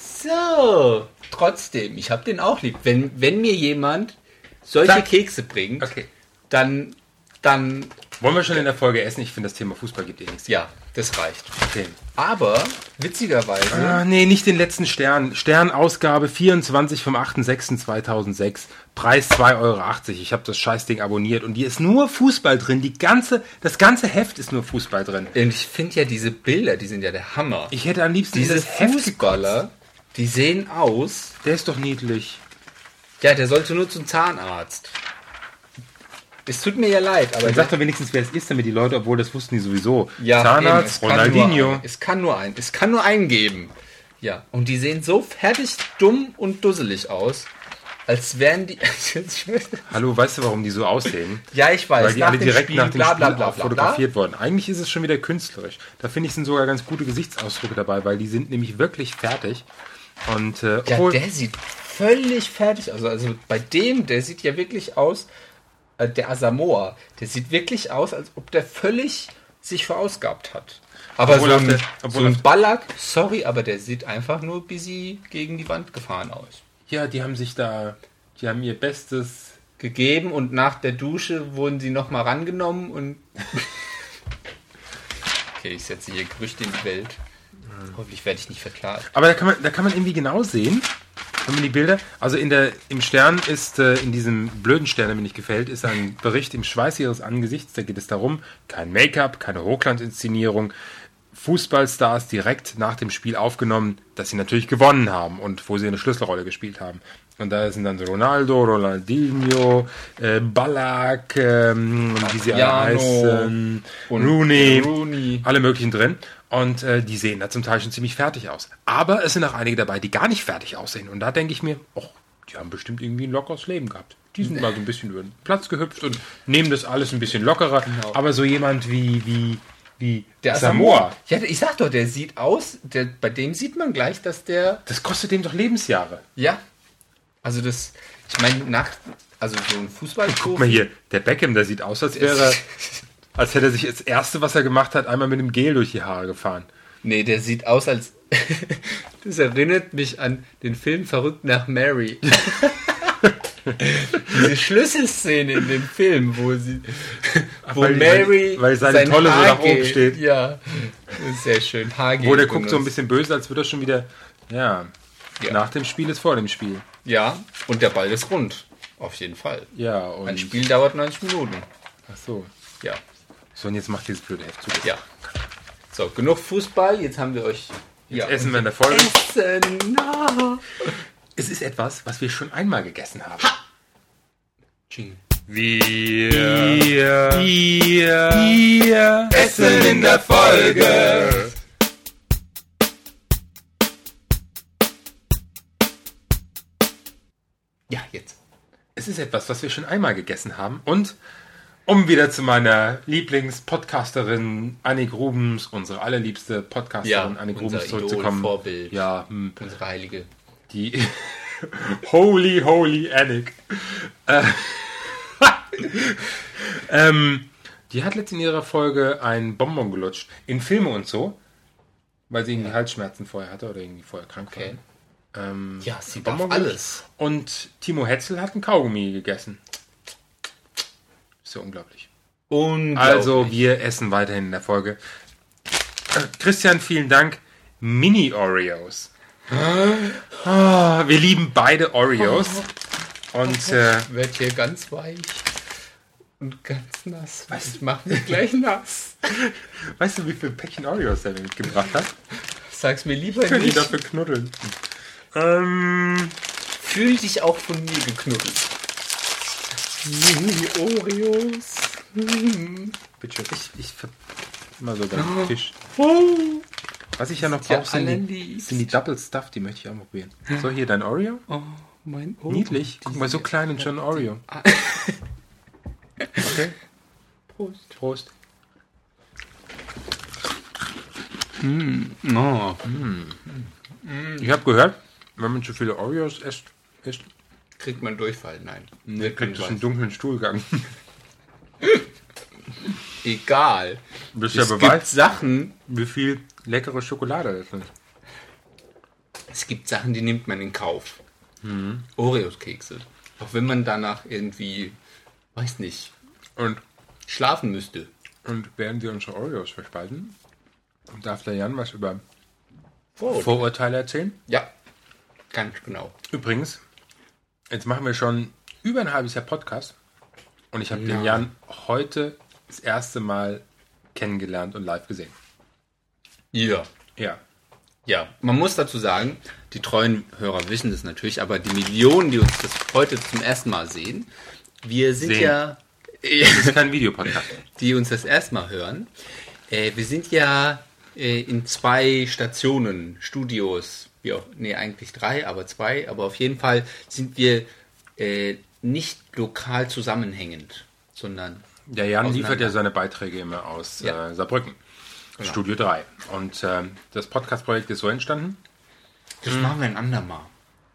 [SPEAKER 2] So. Trotzdem, ich habe den auch lieb. Wenn, wenn mir jemand solche
[SPEAKER 1] Zack.
[SPEAKER 2] Kekse bringt,
[SPEAKER 1] Okay.
[SPEAKER 2] dann, dann,
[SPEAKER 1] Wollen wir schon in der Folge essen? Ich finde, das Thema Fußball gibt eh nichts.
[SPEAKER 2] ja, das reicht.
[SPEAKER 1] Okay.
[SPEAKER 2] Aber, witzigerweise,
[SPEAKER 1] Ah, nee, nicht den letzten Stern. Sternausgabe 24 vom 8.6.2006. Preis 2,80 Euro. Ich habe das Scheißding abonniert und hier ist nur Fußball drin. Die ganze, das ganze Heft ist nur Fußball drin.
[SPEAKER 2] und ich finde ja diese Bilder, die sind ja der Hammer.
[SPEAKER 1] Ich hätte am liebsten
[SPEAKER 2] diese
[SPEAKER 1] dieses Heft
[SPEAKER 2] Fußballer, die sehen aus,
[SPEAKER 1] gekotzt. Der ist doch niedlich.
[SPEAKER 2] ja, der sollte nur zum Zahnarzt. Es tut mir ja leid, aber
[SPEAKER 1] Dann sag doch wenigstens, wer es ist, damit die Leute, obwohl das wussten die sowieso.
[SPEAKER 2] Ja,
[SPEAKER 1] Zahnarzt,
[SPEAKER 2] eben, es kann Nur
[SPEAKER 1] Ronaldinho.
[SPEAKER 2] ein, es kann nur ein, es kann nur einen geben. Ja, und die sehen so fertig, dumm und dusselig aus, als wären die.
[SPEAKER 1] Hallo, weißt du, warum die so aussehen?
[SPEAKER 2] ja, ich weiß.
[SPEAKER 1] Weil die
[SPEAKER 2] nach
[SPEAKER 1] alle
[SPEAKER 2] dem
[SPEAKER 1] direkt
[SPEAKER 2] Spiel,
[SPEAKER 1] nach dem
[SPEAKER 2] bla,
[SPEAKER 1] Spiel
[SPEAKER 2] bla, bla,
[SPEAKER 1] auch
[SPEAKER 2] bla,
[SPEAKER 1] fotografiert wurden. Eigentlich ist es schon wieder künstlerisch. Da finde ich sind sogar ganz gute Gesichtsausdrücke dabei, weil die sind nämlich wirklich fertig. Und äh,
[SPEAKER 2] Bla. Ja,
[SPEAKER 1] obwohl-
[SPEAKER 2] der sieht völlig fertig aus. Also bei dem, der sieht ja wirklich aus, äh, der Asamoah, der sieht wirklich aus, als ob der völlig sich verausgabt hat. Aber
[SPEAKER 1] Obwohl
[SPEAKER 2] so
[SPEAKER 1] auf
[SPEAKER 2] ein,
[SPEAKER 1] der-
[SPEAKER 2] so
[SPEAKER 1] obwohl auf
[SPEAKER 2] ein
[SPEAKER 1] der-
[SPEAKER 2] Ballack, sorry, aber der sieht einfach nur busy gegen die Wand gefahren aus.
[SPEAKER 1] Ja, die haben sich da, die haben ihr Bestes.
[SPEAKER 2] gegeben und nach der Dusche wurden sie nochmal rangenommen und. okay, ich setze hier Gerüchte in die Welt. Hoffentlich werde ich nicht verklagt.
[SPEAKER 1] Aber da kann man, da kann man irgendwie genau sehen, wenn man die Bilder, also in der, im Stern ist, äh, in diesem blöden Stern, der mir nicht gefällt, ist ein Bericht im Schweiß ihres Angesichts, da geht es darum, kein Make-up, keine Hochlandinszenierung, Fußballstars direkt nach dem Spiel aufgenommen, dass sie natürlich gewonnen haben und wo sie eine Schlüsselrolle gespielt haben. Und da sind dann so Ronaldo, Ronaldinho, äh, Ballack, ähm, wie sie alle
[SPEAKER 2] Adriano
[SPEAKER 1] heißen,
[SPEAKER 2] und
[SPEAKER 1] Rooney,
[SPEAKER 2] Rooney.
[SPEAKER 1] alle möglichen drin. Und äh, die sehen da zum Teil schon ziemlich fertig aus. Aber es sind auch einige dabei, die gar nicht fertig aussehen. Und da denke ich mir, oh, die haben bestimmt irgendwie ein lockeres Leben gehabt. Die sind mal so ein bisschen über den Platz gehüpft und nehmen das alles ein bisschen lockerer. Aber so jemand wie, wie, wie
[SPEAKER 2] Genau. Der Samoa. Ja, ich sag doch, der sieht aus, der, bei dem sieht man gleich, dass der.
[SPEAKER 1] das kostet dem doch Lebensjahre.
[SPEAKER 2] Ja. Also das. Ich meine, nach. Also so ein
[SPEAKER 1] Guck mal
[SPEAKER 2] Fußballprofi.
[SPEAKER 1] hier, der Beckham, der sieht aus, als wäre, als hätte er sich das erste, was er gemacht hat, einmal mit dem Gel durch die Haare gefahren.
[SPEAKER 2] Nee, der sieht aus als. das erinnert mich an den Film Verrückt nach Mary. Diese Schlüsselszene in dem Film, wo sie. Wo
[SPEAKER 1] weil-
[SPEAKER 2] Mary.
[SPEAKER 1] weil- weil seine Tolle so nach oben
[SPEAKER 2] Haargel-
[SPEAKER 1] steht.
[SPEAKER 2] Ja. Das ist sehr schön. Haargel
[SPEAKER 1] Wo der guckt so ein
[SPEAKER 2] benutzt.
[SPEAKER 1] bisschen böse, als würde er schon wieder. Ja,
[SPEAKER 2] Ja.
[SPEAKER 1] Nach dem Spiel ist vor dem Spiel.
[SPEAKER 2] Ja, und der Ball ist rund. Auf jeden Fall.
[SPEAKER 1] Ja, und.
[SPEAKER 2] Ein Spiel dauert 90 Minuten.
[SPEAKER 1] Ach so.
[SPEAKER 2] Ja,
[SPEAKER 1] So, und jetzt macht dieses blöde Heft zu.
[SPEAKER 2] ja. So, genug Fußball. Jetzt haben wir euch. ja,
[SPEAKER 1] Essen wir in der Folge.
[SPEAKER 2] Essen. na.
[SPEAKER 1] Es ist etwas, was wir schon einmal gegessen haben.
[SPEAKER 2] Jingle.
[SPEAKER 1] Wir, wir, wir essen in der Folge.
[SPEAKER 2] Ja, jetzt.
[SPEAKER 1] Es ist etwas, was wir schon einmal gegessen haben. Und um wieder zu meiner Lieblingspodcasterin Annik Rubens, unsere allerliebste Podcasterin
[SPEAKER 2] Ja,
[SPEAKER 1] Annik
[SPEAKER 2] unser
[SPEAKER 1] Rubens
[SPEAKER 2] Idol,
[SPEAKER 1] zurückzukommen.
[SPEAKER 2] Vorbild.
[SPEAKER 1] Ja, hm,
[SPEAKER 2] Unsere Heilige.
[SPEAKER 1] die Holy Holy Annik. Äh, ähm, die hat letzt in ihrer Folge ein Bonbon gelutscht. In Filme und so. Weil sie irgendwie Halsschmerzen vorher hatte oder irgendwie vorher krank war.
[SPEAKER 2] Okay.
[SPEAKER 1] Ähm,
[SPEAKER 2] Ja, sie
[SPEAKER 1] Bonbon
[SPEAKER 2] darf alles.
[SPEAKER 1] Und Timo Hetzel hat ein Kaugummi gegessen. Ist ja unglaublich.
[SPEAKER 2] Und
[SPEAKER 1] Also, wir essen weiterhin in der Folge. Äh, Christian, vielen Dank. Mini-Oreos. Ah, wir lieben beide Oreos.
[SPEAKER 2] Oh.
[SPEAKER 1] Und äh,
[SPEAKER 2] wird hier ganz weich und ganz nass. Was? Ich mach mich gleich nass.
[SPEAKER 1] weißt du, wie viel Päckchen Oreos er mir mitgebracht hat?
[SPEAKER 2] Sag's mir lieber
[SPEAKER 1] Können die
[SPEAKER 2] nicht.
[SPEAKER 1] dafür knuddeln? Ähm,
[SPEAKER 2] Fühl dich auch von mir geknuddelt. Mini-Oreos. Hm.
[SPEAKER 1] bitte. Ich, ich ver- immer so beim Tisch. Was ich ja noch
[SPEAKER 2] Oh. Ja,
[SPEAKER 1] brauche, sind, die-
[SPEAKER 2] allerliebst.
[SPEAKER 1] sind die Double Stuff, die möchte ich auch mal probieren. So, hier dein Oreo.
[SPEAKER 2] Oh, mein Ohr.
[SPEAKER 1] Niedlich. Guck mal, so klein und schon ein Oreo.
[SPEAKER 2] Ah.
[SPEAKER 1] Okay.
[SPEAKER 2] Prost.
[SPEAKER 1] Prost.
[SPEAKER 2] No.
[SPEAKER 1] Ich habe gehört, wenn man zu viele Oreos isst, isst
[SPEAKER 2] Kriegt man Durchfall? Nein. Nee,
[SPEAKER 1] kriegt es einen dunklen Stuhlgang.
[SPEAKER 2] Egal.
[SPEAKER 1] Das ist
[SPEAKER 2] es
[SPEAKER 1] ja
[SPEAKER 2] gibt
[SPEAKER 1] Beweis,
[SPEAKER 2] Sachen,
[SPEAKER 1] wie viel leckere Schokolade das ist.
[SPEAKER 2] es gibt Sachen, die nimmt man in Kauf. Hm. Oreos-Kekse. Auch wenn man danach irgendwie, weiß nicht,
[SPEAKER 1] Und,
[SPEAKER 2] schlafen müsste.
[SPEAKER 1] und werden sie unsere Oreos verspeisen? Darf der Jan was über
[SPEAKER 2] Brot.
[SPEAKER 1] Vorurteile erzählen?
[SPEAKER 2] Ja, ganz genau.
[SPEAKER 1] Übrigens, jetzt machen wir schon über ein halbes Jahr Podcast und ich habe den
[SPEAKER 2] Ja.
[SPEAKER 1] Jan heute das erste Mal kennengelernt und live gesehen.
[SPEAKER 2] Ja.
[SPEAKER 1] Ja.
[SPEAKER 2] Ja, man muss dazu sagen, die treuen Hörer wissen das natürlich, aber die Millionen, die uns das heute zum ersten Mal sehen, wir sind
[SPEAKER 1] Sehen.
[SPEAKER 2] ja,
[SPEAKER 1] Das ist kein Videopodcast.
[SPEAKER 2] die uns das erstmal hören, äh, wir sind ja äh, in zwei Stationen, Studios, wie auch, nee, eigentlich drei, aber zwei, aber auf jeden Fall sind wir äh, nicht lokal zusammenhängend, sondern
[SPEAKER 1] Der Jan
[SPEAKER 2] Auseinander.
[SPEAKER 1] liefert ja seine Beiträge immer aus
[SPEAKER 2] Ja.
[SPEAKER 1] äh, Saarbrücken, Studio 3. Und ähm, das Podcast-Projekt ist so entstanden.
[SPEAKER 2] das machen wir ein andermal.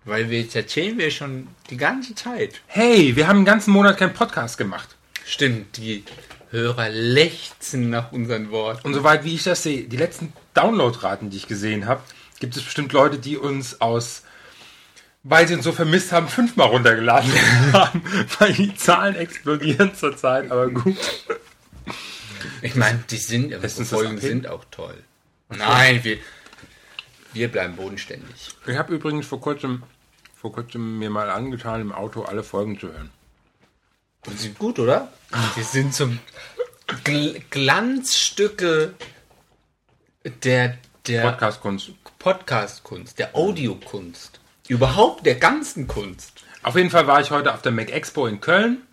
[SPEAKER 2] Weil wir jetzt erzählen wir schon die ganze Zeit.
[SPEAKER 1] Hey, wir haben einen ganzen Monat keinen Podcast gemacht.
[SPEAKER 2] Stimmt, die Hörer lechzen nach unseren Worten.
[SPEAKER 1] Und soweit wie ich das sehe, die letzten Downloadraten, die ich gesehen habe, gibt es bestimmt Leute, die uns aus, weil sie uns so vermisst haben, fünfmal runtergeladen haben. Weil die Zahlen explodieren zurzeit, aber gut.
[SPEAKER 2] Ich meine, die sind,
[SPEAKER 1] Lässt uns
[SPEAKER 2] unsere
[SPEAKER 1] das
[SPEAKER 2] Folgen
[SPEAKER 1] abheben?
[SPEAKER 2] sind auch toll. Nein, wir, wir bleiben bodenständig.
[SPEAKER 1] Ich habe übrigens vor kurzem, vor kurzem mir mal angetan, im Auto alle Folgen zu hören.
[SPEAKER 2] Und sind gut, oder? Wir sind zum Gl Glanzstücke der, der
[SPEAKER 1] Podcast-Kunst.
[SPEAKER 2] Podcast-Kunst, der Audiokunst. Überhaupt der ganzen Kunst.
[SPEAKER 1] Auf jeden Fall war ich heute auf der Mac Expo in Köln.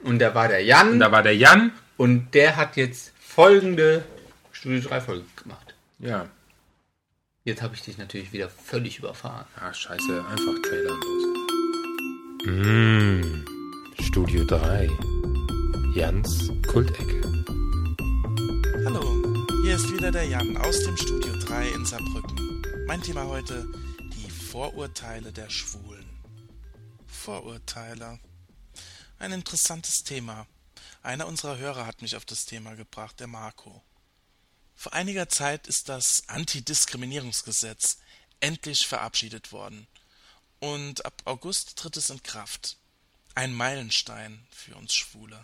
[SPEAKER 2] Und da war der Jan
[SPEAKER 1] Da war der Jan.
[SPEAKER 2] und der hat jetzt folgende Studio 3 Folge gemacht.
[SPEAKER 1] Ja.
[SPEAKER 2] Jetzt habe ich dich natürlich wieder völlig überfahren.
[SPEAKER 1] Ah, scheiße. Einfach Trailer los. Studio 3. Jans Kultecke.
[SPEAKER 7] Hallo, hier ist wieder der Jan aus dem Studio 3 in Saarbrücken. Mein Thema heute, die Vorurteile der Schwulen. Vorurteile. Ein interessantes Thema. Einer unserer Hörer hat mich auf das Thema gebracht, der Marco. Vor einiger Zeit ist das Antidiskriminierungsgesetz endlich verabschiedet worden. Und ab August tritt es in Kraft. Ein Meilenstein für uns Schwule.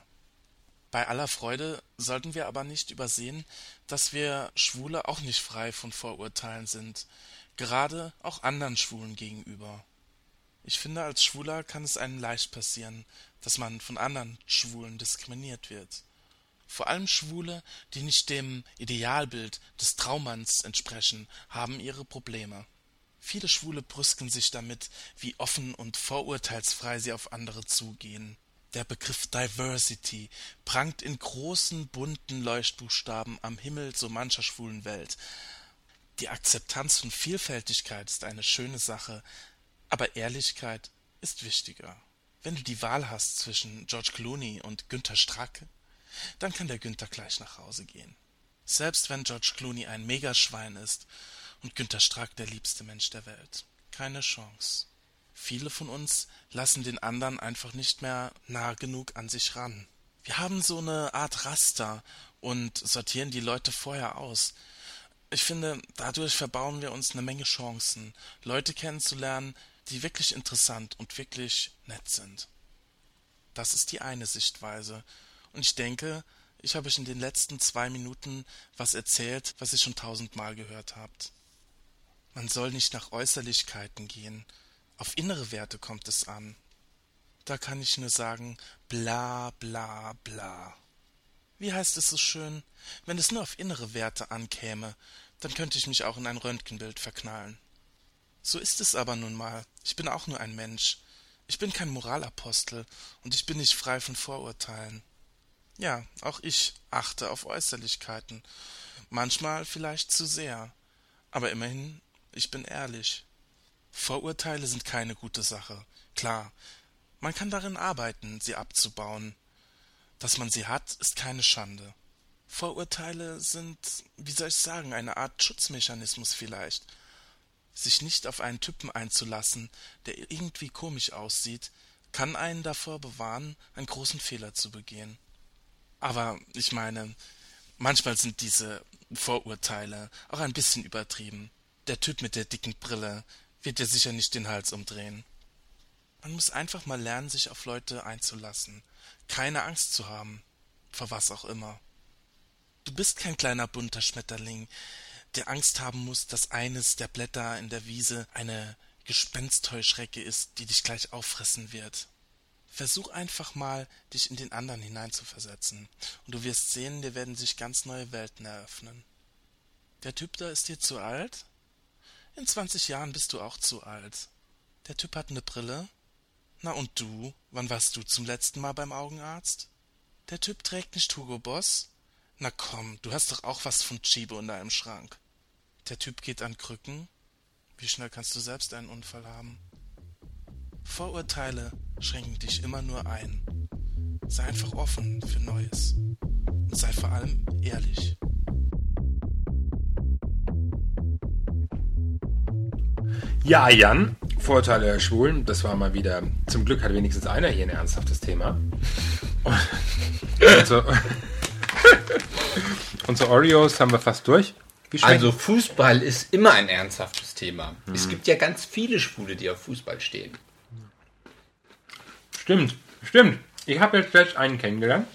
[SPEAKER 7] Bei aller Freude sollten wir aber nicht übersehen, dass wir Schwule auch nicht frei von Vorurteilen sind, gerade auch anderen Schwulen gegenüber. Ich finde, als Schwuler kann es einem leicht passieren, dass man von anderen Schwulen diskriminiert wird. Vor allem Schwule, die nicht dem Idealbild des Traummanns entsprechen, haben ihre Probleme. Viele Schwule brüsken sich damit, wie offen und vorurteilsfrei sie auf andere zugehen. Der Begriff Diversity prangt in großen, bunten Leuchtbuchstaben am Himmel so mancher schwulen Welt. Die Akzeptanz von Vielfältigkeit ist eine schöne Sache, aber Ehrlichkeit ist wichtiger. Wenn du die Wahl hast zwischen George Clooney und Günther Stracke, dann kann der Günther gleich nach Hause gehen. Selbst wenn George Clooney ein Megaschwein ist und Günther Strack der liebste Mensch der Welt. Keine Chance. Viele von uns lassen den anderen einfach nicht mehr nah genug an sich ran. Wir haben so eine Art Raster und sortieren die Leute vorher aus. Ich finde, dadurch verbauen wir uns eine Menge Chancen, Leute kennenzulernen, die wirklich interessant und wirklich nett sind. Das ist die eine Sichtweise. Und ich denke, ich habe euch in den letzten zwei Minuten was erzählt, was ihr schon tausendmal gehört habt. Man soll nicht nach Äußerlichkeiten gehen. Auf innere Werte kommt es an. Da kann ich nur sagen, bla bla bla. Wie heißt es so schön? Wenn es nur auf innere Werte ankäme, dann könnte ich mich auch in ein Röntgenbild verknallen. So ist es aber nun mal. Ich bin auch nur ein Mensch. Ich bin kein Moralapostel und ich bin nicht frei von Vorurteilen. Ja, auch ich achte auf Äußerlichkeiten. Manchmal vielleicht zu sehr. Aber immerhin, ich bin ehrlich. Vorurteile sind keine gute Sache. Klar, man kann darin arbeiten, sie abzubauen. Dass man sie hat, ist keine Schande. Vorurteile sind, wie soll ich sagen, eine Art Schutzmechanismus vielleicht. Sich nicht auf einen Typen einzulassen, der irgendwie komisch aussieht, kann einen davor bewahren, einen großen Fehler zu begehen. Aber ich meine, manchmal sind diese Vorurteile auch ein bisschen übertrieben. Der Typ mit der dicken Brille wird dir sicher nicht den Hals umdrehen. Man muss einfach mal lernen, sich auf Leute einzulassen, keine Angst zu haben, vor was auch immer. Du bist kein kleiner bunter Schmetterling, der Angst haben muss, dass eines der Blätter in der Wiese eine Gespenstheuschrecke ist, die dich gleich auffressen wird. Versuch einfach mal, dich in den anderen hineinzuversetzen. Und du wirst sehen, dir werden sich ganz neue Welten eröffnen. Der Typ da ist dir zu alt? In 20 Jahren bist du auch zu alt. Der Typ hat eine Brille? Na und du? Wann warst du zum letzten Mal beim Augenarzt? Der Typ trägt nicht Hugo Boss? Na komm, du hast doch auch was von Chibo in deinem Schrank. Der Typ geht an Krücken? Wie schnell kannst du selbst einen Unfall haben? Vorurteile schränken dich immer nur ein. Sei einfach offen für Neues. Und sei vor allem ehrlich.
[SPEAKER 1] Ja, Jan, Vorurteile der Schwulen, das war mal wieder. Zum Glück hat wenigstens einer hier ein ernsthaftes Thema. Und, und, so, und so Oreos haben wir fast durch. Wie schmeckt-
[SPEAKER 2] Also Fußball ist immer ein ernsthaftes Thema. Es
[SPEAKER 1] Mhm.
[SPEAKER 2] gibt ja ganz viele Schwule, die auf Fußball stehen.
[SPEAKER 1] Stimmt, stimmt. Ich habe jetzt selbst einen kennengelernt.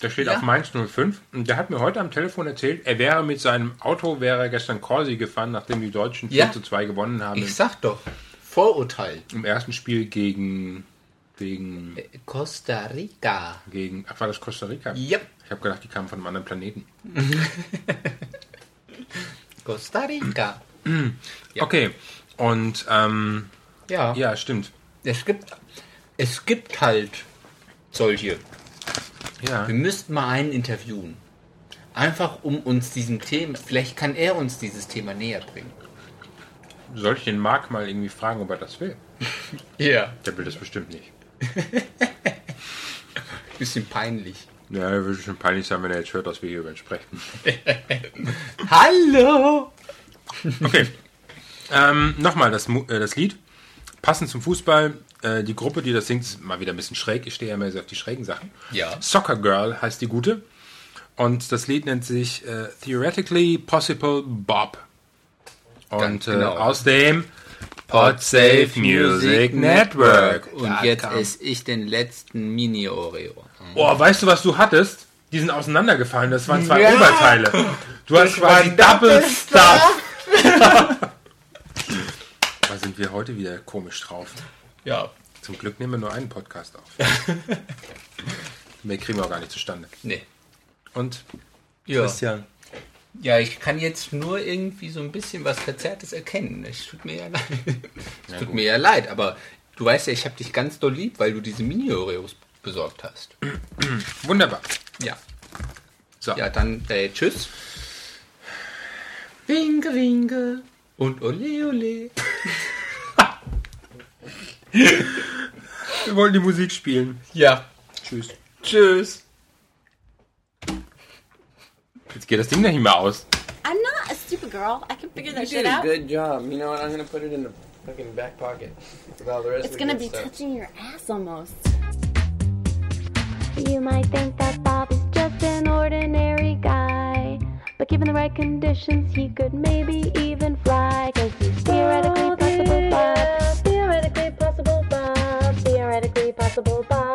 [SPEAKER 1] Der steht
[SPEAKER 2] Ja.
[SPEAKER 1] auf Mainz 05 und der hat mir heute am Telefon erzählt, er wäre mit seinem Auto, wäre er gestern Corsi gefahren, nachdem die Deutschen
[SPEAKER 2] Ja.
[SPEAKER 1] 4 zu 2 gewonnen haben
[SPEAKER 2] Ich sag doch, Vorurteil.
[SPEAKER 1] im ersten Spiel gegen, gegen,
[SPEAKER 2] Costa Rica.
[SPEAKER 1] gegen, ach war das Costa Rica?
[SPEAKER 2] Yep,
[SPEAKER 1] Ich habe gedacht, die kamen von einem anderen Planeten.
[SPEAKER 2] Costa Rica.
[SPEAKER 1] Okay, und ähm,
[SPEAKER 2] Ja,
[SPEAKER 1] ja, stimmt.
[SPEAKER 2] Es, gibt, es gibt halt solche.
[SPEAKER 1] Ja.
[SPEAKER 2] Wir müssten mal einen interviewen. Einfach um uns diesem Thema, vielleicht kann er uns dieses Thema näher bringen.
[SPEAKER 1] soll ich den Marc mal irgendwie fragen, ob er das will?
[SPEAKER 2] Ja.
[SPEAKER 1] Der will das bestimmt nicht.
[SPEAKER 2] Bisschen peinlich.
[SPEAKER 1] Ja, würde schon peinlich sein, wenn er jetzt hört, dass wir hierüber sprechen.
[SPEAKER 2] Hallo!
[SPEAKER 1] Okay. ähm, Nochmal das, Mu- äh, das Lied. Passend zum Fußball. Äh, die Gruppe, die das singt, ist mal wieder ein bisschen schräg. Ich stehe ja mehr so auf die schrägen Sachen.
[SPEAKER 2] Ja.
[SPEAKER 1] Soccer Girl heißt die gute. Und das Lied nennt sich äh, Theoretically Possible Bob. Und
[SPEAKER 2] Ganz genau.
[SPEAKER 1] äh, aus dem PodSafe Music Network.
[SPEAKER 2] Und jetzt esse ich den letzten Mini-Oreo.
[SPEAKER 1] Oh, weißt du, was du hattest? Die sind auseinandergefallen. Das waren zwei
[SPEAKER 2] Ja.
[SPEAKER 1] Oberteile. Du hast quasi Double Stuff. Da sind wir heute wieder komisch drauf.
[SPEAKER 2] Ja.
[SPEAKER 1] Zum Glück nehmen wir nur einen Podcast auf. Mehr kriegen wir auch gar nicht zustande.
[SPEAKER 2] Nee.
[SPEAKER 1] Und
[SPEAKER 2] Ja.
[SPEAKER 1] Christian,
[SPEAKER 2] ja, ich kann jetzt nur irgendwie so ein bisschen was Verzerrtes erkennen. Es tut mir ja leid. Es tut mir ja leid, aber du weißt ja, ich habe dich ganz doll lieb, weil du diese Mini-Oreos besorgt hast.
[SPEAKER 1] wunderbar.
[SPEAKER 2] Ja.
[SPEAKER 1] So.
[SPEAKER 2] Ja, dann äh, tschüss. Winke, winke. Und ole, ole.
[SPEAKER 1] Wir wollen die Musik spielen.
[SPEAKER 2] Ja.
[SPEAKER 1] Tschüss.
[SPEAKER 2] Tschüss.
[SPEAKER 1] Jetzt geht das Ding nicht mehr aus.
[SPEAKER 8] I'm not a stupid girl. I can figure that shit out.
[SPEAKER 9] Good job. You know what? I'm gonna put it in the fucking back pocket with all the rest
[SPEAKER 8] It's
[SPEAKER 9] of
[SPEAKER 8] gonna
[SPEAKER 9] the
[SPEAKER 8] be
[SPEAKER 9] good stuff.
[SPEAKER 8] touching your ass almost.
[SPEAKER 3] You might think that Bob is just an ordinary guy, but given the right conditions, he could maybe even fly. Cause he's theoretically possible, Bob. Theoretically possible, Bob. Theoretically possible, Bob.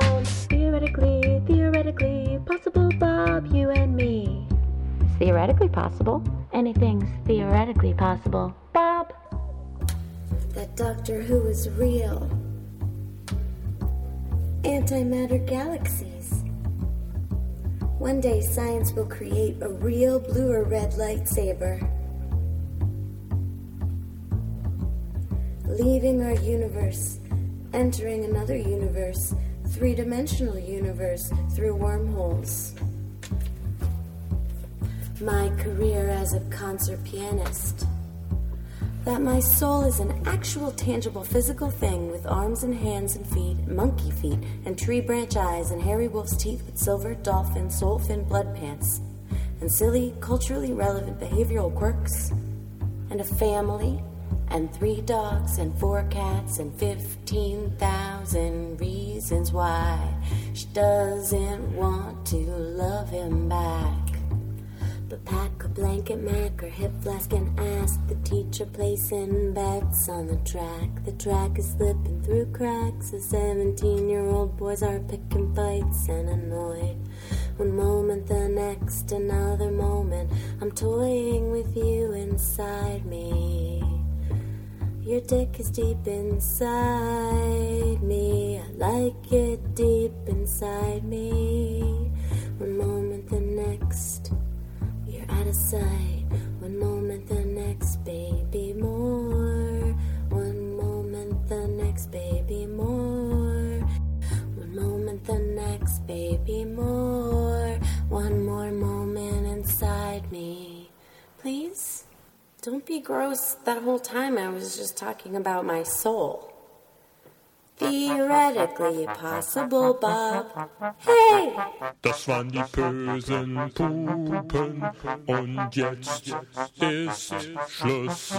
[SPEAKER 3] Theoretically, theoretically possible, Bob. You and me. It's theoretically possible. Anything's theoretically possible, Bob.
[SPEAKER 4] That Doctor Who is real. Antimatter galaxies. One day science will create a real blue or red lightsaber. Leaving our universe, entering another universe, three dimensional universe, through wormholes. My career as a concert pianist that my soul is an actual, tangible, physical thing with arms and hands and feet, and monkey feet, and tree branch eyes, and hairy wolf's teeth with silver, dolphin, soul fin blood pants, and silly, culturally relevant behavioral quirks, and a family, and three dogs, and four cats, and 15,000 reasons why she doesn't want to love him back. But pack a blanket, mac or hip flask, and ask the teacher placing bets on the track. The track is slipping through cracks. The 17 year old boys are picking fights and annoyed. One moment, the next, another moment. I'm toying with you inside me. Your dick is deep inside me. I like it deep inside me. One moment, the next. You're out of sight. One moment, the next, baby, more. One moment, the next, baby, more. One moment, the next, baby, more. One more moment inside me. Please? Don't be gross. That whole time I was just talking about my soul. Theoretically possible, Bob. Hey!
[SPEAKER 10] Das waren die bösen Pupen und jetzt ist Schluss.